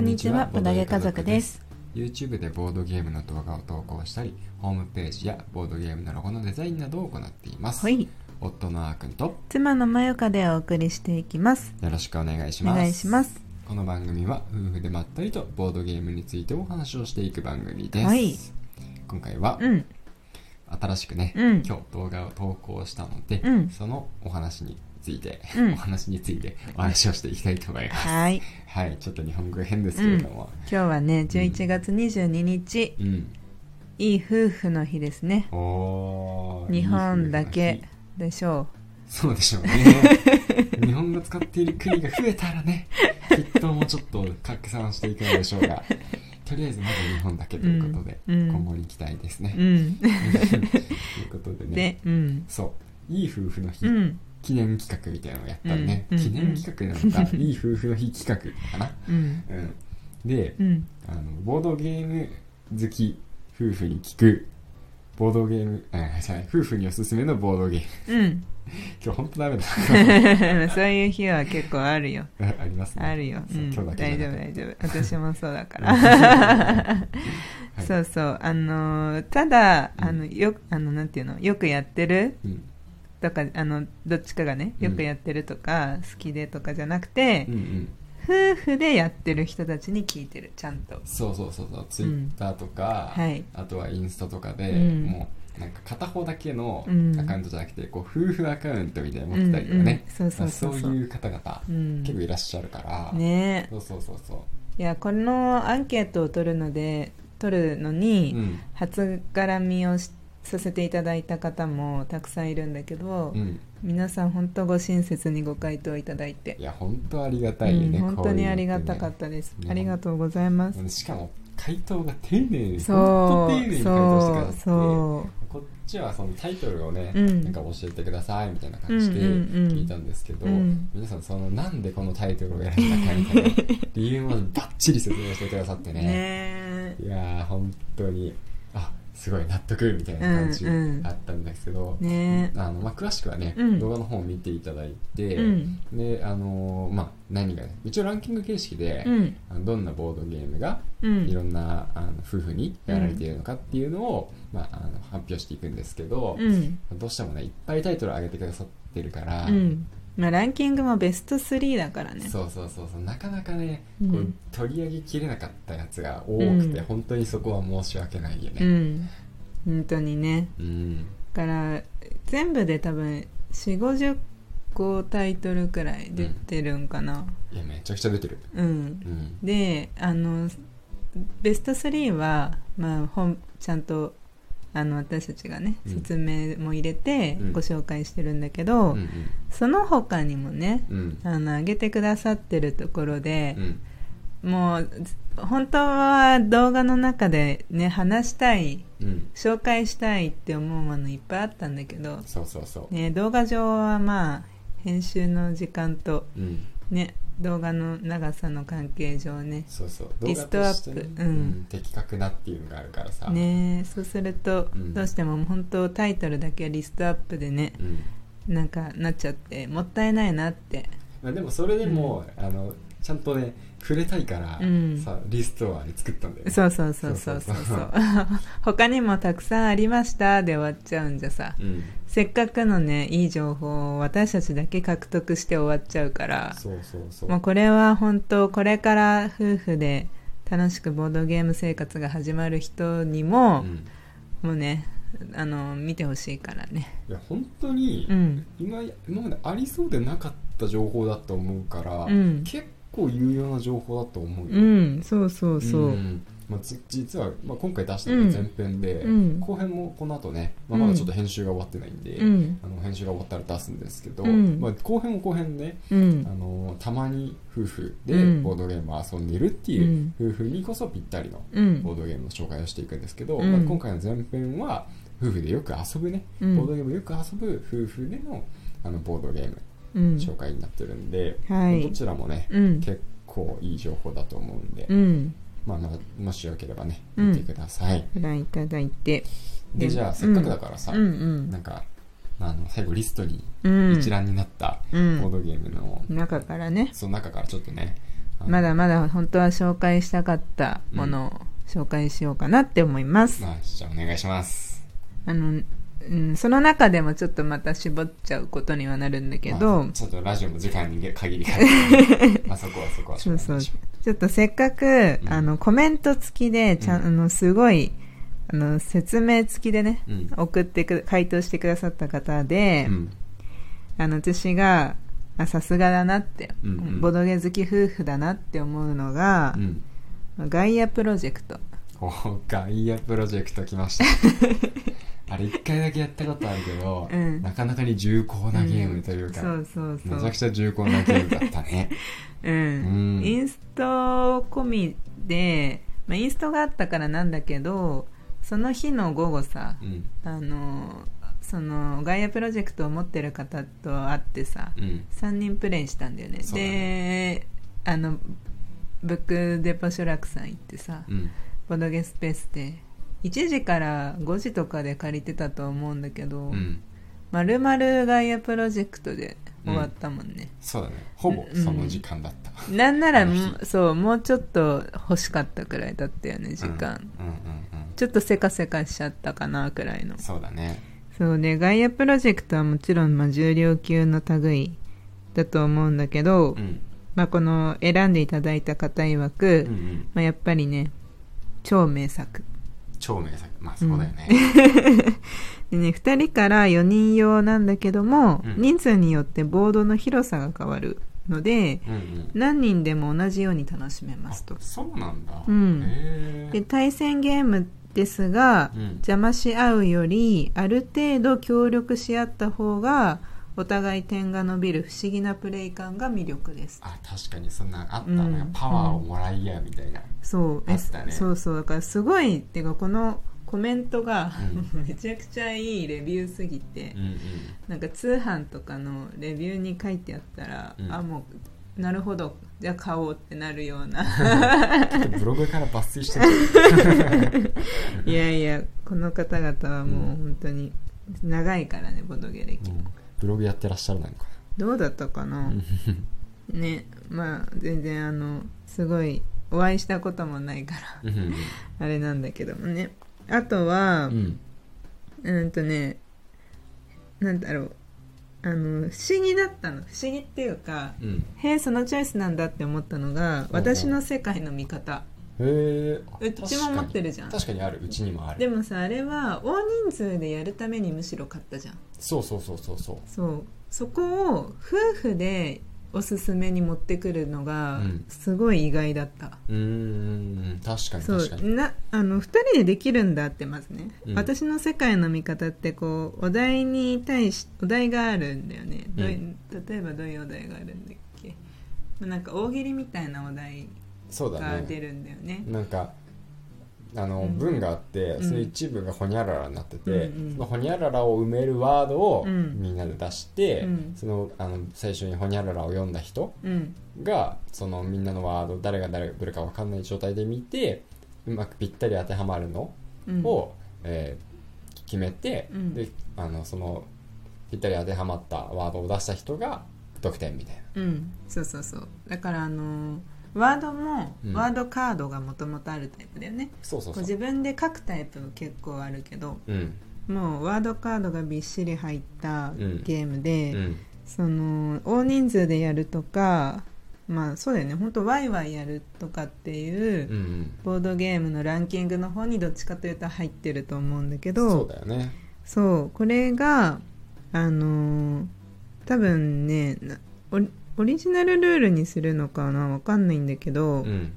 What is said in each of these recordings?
にちはボドゲ家族です YouTube でボードゲームの動画を投稿したりホームページやボードゲームのロゴのデザインなどを行っています、はい夫のあーくんと妻のまよかでお送りしていきますよろしくお願いしおます願いしますこの番組は夫婦でまったりとボードゲームについてお話をしていく番組です、はい今回はうん新しくね、うん今日動画を投稿したので、うんそのお話について、うんお話についてお話をしていきたいと思いますはいはいちょっと日本語が変ですけれども今日はね11月22日、うん、いい夫婦の日ですねおー日本だいいけねでしょそうでしょうね日本語使っている国が増えたらねきっともうちょっと拡散していくのでしょうがとりあえずまだ日本だけということで、うんうん今後に期待ですね、ううん ということでねでうんそういい夫婦の日、うん記念企画みたいなのをやったらね、うんうん記念企画なのかいい夫婦の日企画かな、うんうん、でうんあのボードゲーム好き夫婦に聞くボードゲームあじゃあ夫婦におすすめのボードゲームうん 今日本当ダメだ そういう日は結構あるよありますねあるよ、うそう今日ん、だけ大じ丈ゃ夫なかっ大丈夫私もそうだからはいそうそうあのーただうんあのよあのなんていうのよくやってるたとかあのどっちかがねうんよくやってるとか、好きでとかじゃなくてうん、うんうん夫婦でやってる人たちに聞いてるちゃんとそうそうそうそうツイッターとか、はいあとはインスタとかで、うんもうなんか片方だけのうんアカウントじゃなくて、こう夫婦アカウントみたいなの持ってたりとかね、うんうんそうそうそうそまうあいう方々、うん結構いらっしゃるから、ねそうそうそうそいやこのアンケートを取るので取るのう、に、うん初絡みをしさせていただいた方もたくさんいるんだけど、うん、皆さん本当ご親切にご回答いただいていや本当ありがたいよね、うん本当にありがたたかったです、ねありがとうございます、しかも回答が丁寧に本そ当丁寧うに回答してくださそうってそこっちはそのタイトルをね、うんなんか教えてくださいみたいな感じでうんうんうん聞いたんですけど、うん皆さんそのなんでこのタイトルを選んだかみたいな理由もバッチリ説明してくださってうねねいやー本当にあすごい納得みたいな感じうんうんあったんですけど、ねあのまあ、詳しくはね、うん動画の方を見ていただいて、うんであのーまあ何が一応ランキング形式で、うんあのどんなボードゲームがうんいろんなあの夫婦にやられているのかっていうのを、まあ、あの発表していくんですけど、うんどうしてもねいっぱいタイトル上げてくださってるから、うんまあランキングもベスト3だからねそうそうそうそうなかなかね、うんこう取り上げきれなかったやつが多くて、うん本当にそこは申し訳ないようねん本当にねうん、だから全部で多分4 5 0個タイトルくらい出てるんかな、いやめちゃくちゃ出てるうんうんであのベスト3は、まあ、本ちゃんとあの私たちがねうん説明も入れてうんご紹介してるんだけうど、んその他にもねうんうんあの上げてくださってるところでう、んもうず本当は動画の中でね話したいうん紹介したいって思うものいっぱいあったんだけど、そうそうそう、ね、動画上はまあ編集の時間とうんね動画の長さの関係上ねそうそうリストアップ動画としてねうん的確なっていうのがあるからさ、ねえそうすると、うんどうしても本当タイトルだけリストアップでねうんなんかなっちゃってもったいないなってまあ、でもそれでも、あのちゃんとね触れたいから、うんさリストは作ったんだよねそうそうそうそうそそうそうそう 他にもたくさんありましたで終わっちゃうんじゃさうん、せっかくのねいい情報を私たちだけ獲得して終わっちゃうからそうそうそう、もうこれは本当これから夫婦で楽しくボードゲーム生活が始まる人にもう、ん、もうねあの見てほしいからねいや本当に、うん今今までありそうでなかった情報だと思うから、うん結構有用な情報だと思うよ、うんそうそうそう、んまあ、つ実は、まあ、今回出したのが前編で、うん後編もこの後ね、まあ、うんまだちょっと編集が終わってないんで、うんあの編集が終わったら出すんですけど、うんまあ、後編も後編ねうあんのたまに夫婦でうんボードゲームを遊んでいるっていう夫婦にこそぴったりのうんボードゲームの紹介をしていくんですけど、うんまあ、今回の前編は夫婦でよく遊ぶね、うんボードゲームをよく遊ぶ夫婦でのあのボードゲームうん紹介になってるんで、はいどちらもね、うん結構いい情報だと思うんで、うんまあ、まあもしよければねうん見てください、ご覧いただいてでうんじゃあせっかくだからさ、うんうんなんかあの最後リストにうん一覧になったボうんードゲームの、中からねその中からちょっとねあまだまだ本当は紹介したかったものを紹介しようかなって思います、まあ、じゃあお願いします。あの、うん、その中でもちょっとまた絞っちゃうことにはなるんだけど、まあちょっとラジオも時間に限りがあるからまあそこはそこは。そうそうしょがちょっとせっかく、んあのコメント付きでちゃん、うんあのすごいあの説明付きでね、うん送ってく回答してくださった方なで、いうん。あの私があさすがだなって、うんうんボドゲ好き夫婦だなって思うのがう、ん。ガイアプロジェクトおーガイアプロジェクト来ました。あれ一回だけやったことあるけど、うんなかなかに重厚なゲームというか、そうそうそうめちゃくちゃ重厚なゲームだったね。うんうんインスト込みで、まあ、インストがあったからなんだけどその日の午後さうん。あのそのガイアプロジェクトを持ってる方と会ってさうん。 3人プレイしたんだよねそうだであのブックデポ書楽さん行ってさ、うん。ボドゲスペースで1時から5時とかで借りてたと思うんだけど、うん。まるまるガイアプロジェクトで終わったもんね、そうだね。ほぼその時間だった。なんならあの日もうそうもうちょっと欲しかったくらいだったよね時うん。う間、んうんうん。ちょっとせかせかしちゃったかなくらいのそうだね。そうねガイアプロジェクトはもちろん、まあ、重量級の類だと思うんだけど、うん。まあ、この選んでいただいた方曰く、うんうん。まあ、やっぱりね超名作超名作。まあそうだよね。でね2人から4人用なんだけども、うん人数によってボードの広さが変わるのでうんうん。何人でも同じように楽しめますとあそうなんだ。うんへでえ。対戦ゲームですが、うん邪魔し合うよりある程度協力し合った方がお互い点が伸びる不思議なプレイ感が魅力ですあ確かにそんなあったうのんよ、パワーをもらいやみたいな、そうえあったねそうそうだからすごいっていうかこのコメントが、うめちゃくちゃいいレビューすぎて、うんうん、なんか通販とかのレビューに書いてあったら、うんあもうなるほどじゃあ買おうってなるようなちょっとブログから抜粋 してるいやいやこの方々はもう本当に長いからねボドゲ歴、うんブログやってらっしゃるのかどうだったかな、な、ねまあ全然あのすごいお会いしたこともないから うんうんあれなんだけどもねあとはう、んうんとねなんだろうあの不思議だったの不思議っていうかうんへえそのチョイスなんだって思ったのがうん私の世界の見方へえうちも持ってるじゃん確かにあるうちにもあるでもさあれは大人数でやるためにむしろ買ったじゃんそうそうそうそうそうそうそこを夫婦でおすすめに持ってくるのがうんすごい意外だった、うーん確かにそう確かになあの2人でできるんだってまずね、うん私の世界の見方ってこうお題に対しお題があるんだよね、どういうん例えばどういうお題があるんだっけまあなんか大喜利みたいなお題そうだがね出るんだよねなんかあの、うん文があって、んそれ一部がほにゃららになってて、うんうんそのほにゃららを埋めるワードをうんみんなで出して、うんそのあの最初にほにゃららを読んだ人うんがそのみんなのワード誰が誰がどれか分かんない状態で見てうまくぴったり当てはまるのうんを、えー決めて、うんであのそのぴったり当てはまったワードを出した人が得点みたいな。うん、そうそうそうだからあのーワードも、うんワードカードがもともとあるタイプだよねそうそうこうそう。自分で書くタイプも結構あるけどうんもうワードカードがびっしり入ったうんゲームうで、んその大人数でやるとかまあそうだよね本当ワイワイやるとかっていうう、んボードゲームのランキングの方にどっちかというと入ってると思うんだけどそうだよね。そうこれがあのー多分ねなオリオリジナルルールにするのかなわかんないんだけど、うん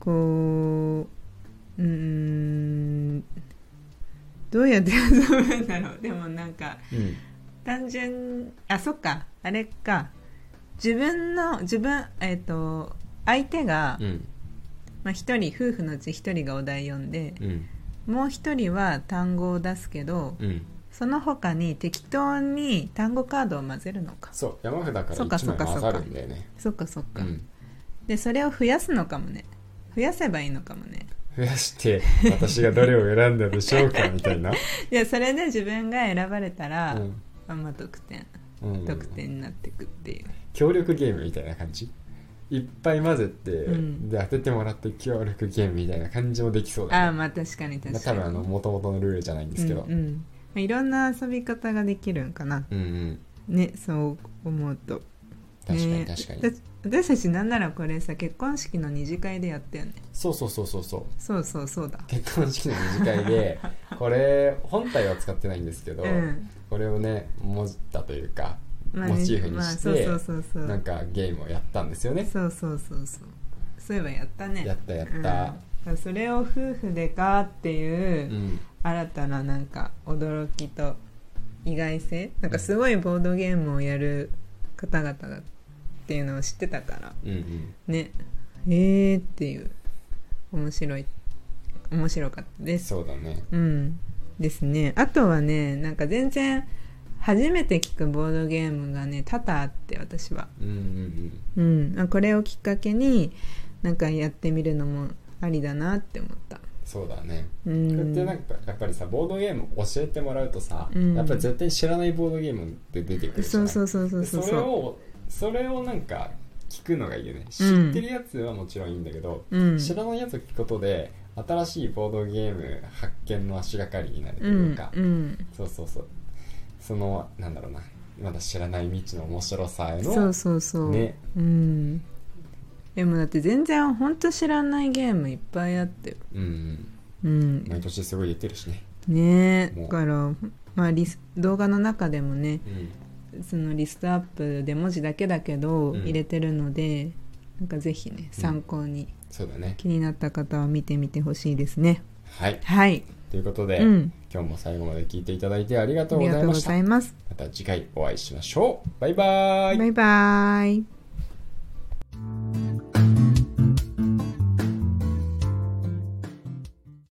こううーんどうやって遊ぶんだろうでもなんかうん単純あそっかあれか自分の自分えっ、と相手が、うんまあ、1人夫婦のうち1人がお題読んで、うんもう1人は単語を出すけど、うん。その他に適当に単語カードを混ぜるのかそう山札からそうか一枚そうか混ざるんだよね。そっかそっか、うんでそれを増やすのかもね増やせばいいのかもね増やして私がどれを選んだでしょうかみたい な。いやそれで自分が選ばれたら、うんあんま得点うん得点になってくっていう、協力ゲームみたいな感じいっぱい混ぜて、うんで当ててもらって協力ゲームみたいな感じもできそうあだあねまあ確かに確かに、まあ、多分あの元々のルールじゃないんですけど、うんうんまあいろんな遊び方ができるんかなうんうんねそう思うと確かにね確かに、だ私たちなんならこれさ結婚式の二次会でやったよねそうそうそうそうそうそうそうそうだ結婚式の二次会 でこれ本体は使ってないんですけど、うんこれをねもじったというか、まあねモチーフにまあして、そうそうそうそうなんかゲームをやったんですよねそうそうそうそうそういえばやったねやったやったうんだからそれを夫婦でかっていうう、ん新たななんか驚きと意外性なんかすごいボードゲームをやる方々だっていうのを知ってたからうんうんねえーっていう面白い面白かったですそうだねうんですねあとはねなんか全然初めて聞くボードゲームがね多々あって私はうんうんうんあこれをきっかけになんかやってみるのもありだなって思ったそうだねこうれっんてなんかやっぱりさボードゲーム教えてもらうとさ、うんやっぱり絶対知らないボードゲームって出てくるじゃそないうそうそうそうでそうそれうをそれをなんか聞くのがいいよね知うんってるやつはもちろんいいんだけど、うん知らないやつを聞くことで新しいボードゲーム発見の足がかりになるとういうんか、うんそうそうそうそのなんだろうなまだ知らない未知の面白さへのそうそうそう、ねうんでもだって全然ほんと知らないゲームいっぱいあってうんうん毎年すごい出てるしね、ねもうだから、まあ、リス動画の中でもねうん、そのリストアップで文字だけだけどうん入れてるので、なんかぜひね参考に、そうだね気になった方は見てみてほしいですねはいはい、ということで、うん今日も最後まで聞いていただいてありがあとうりござがいとうまごしたざいますまた次回お会いしましょうバイバーイバイバイ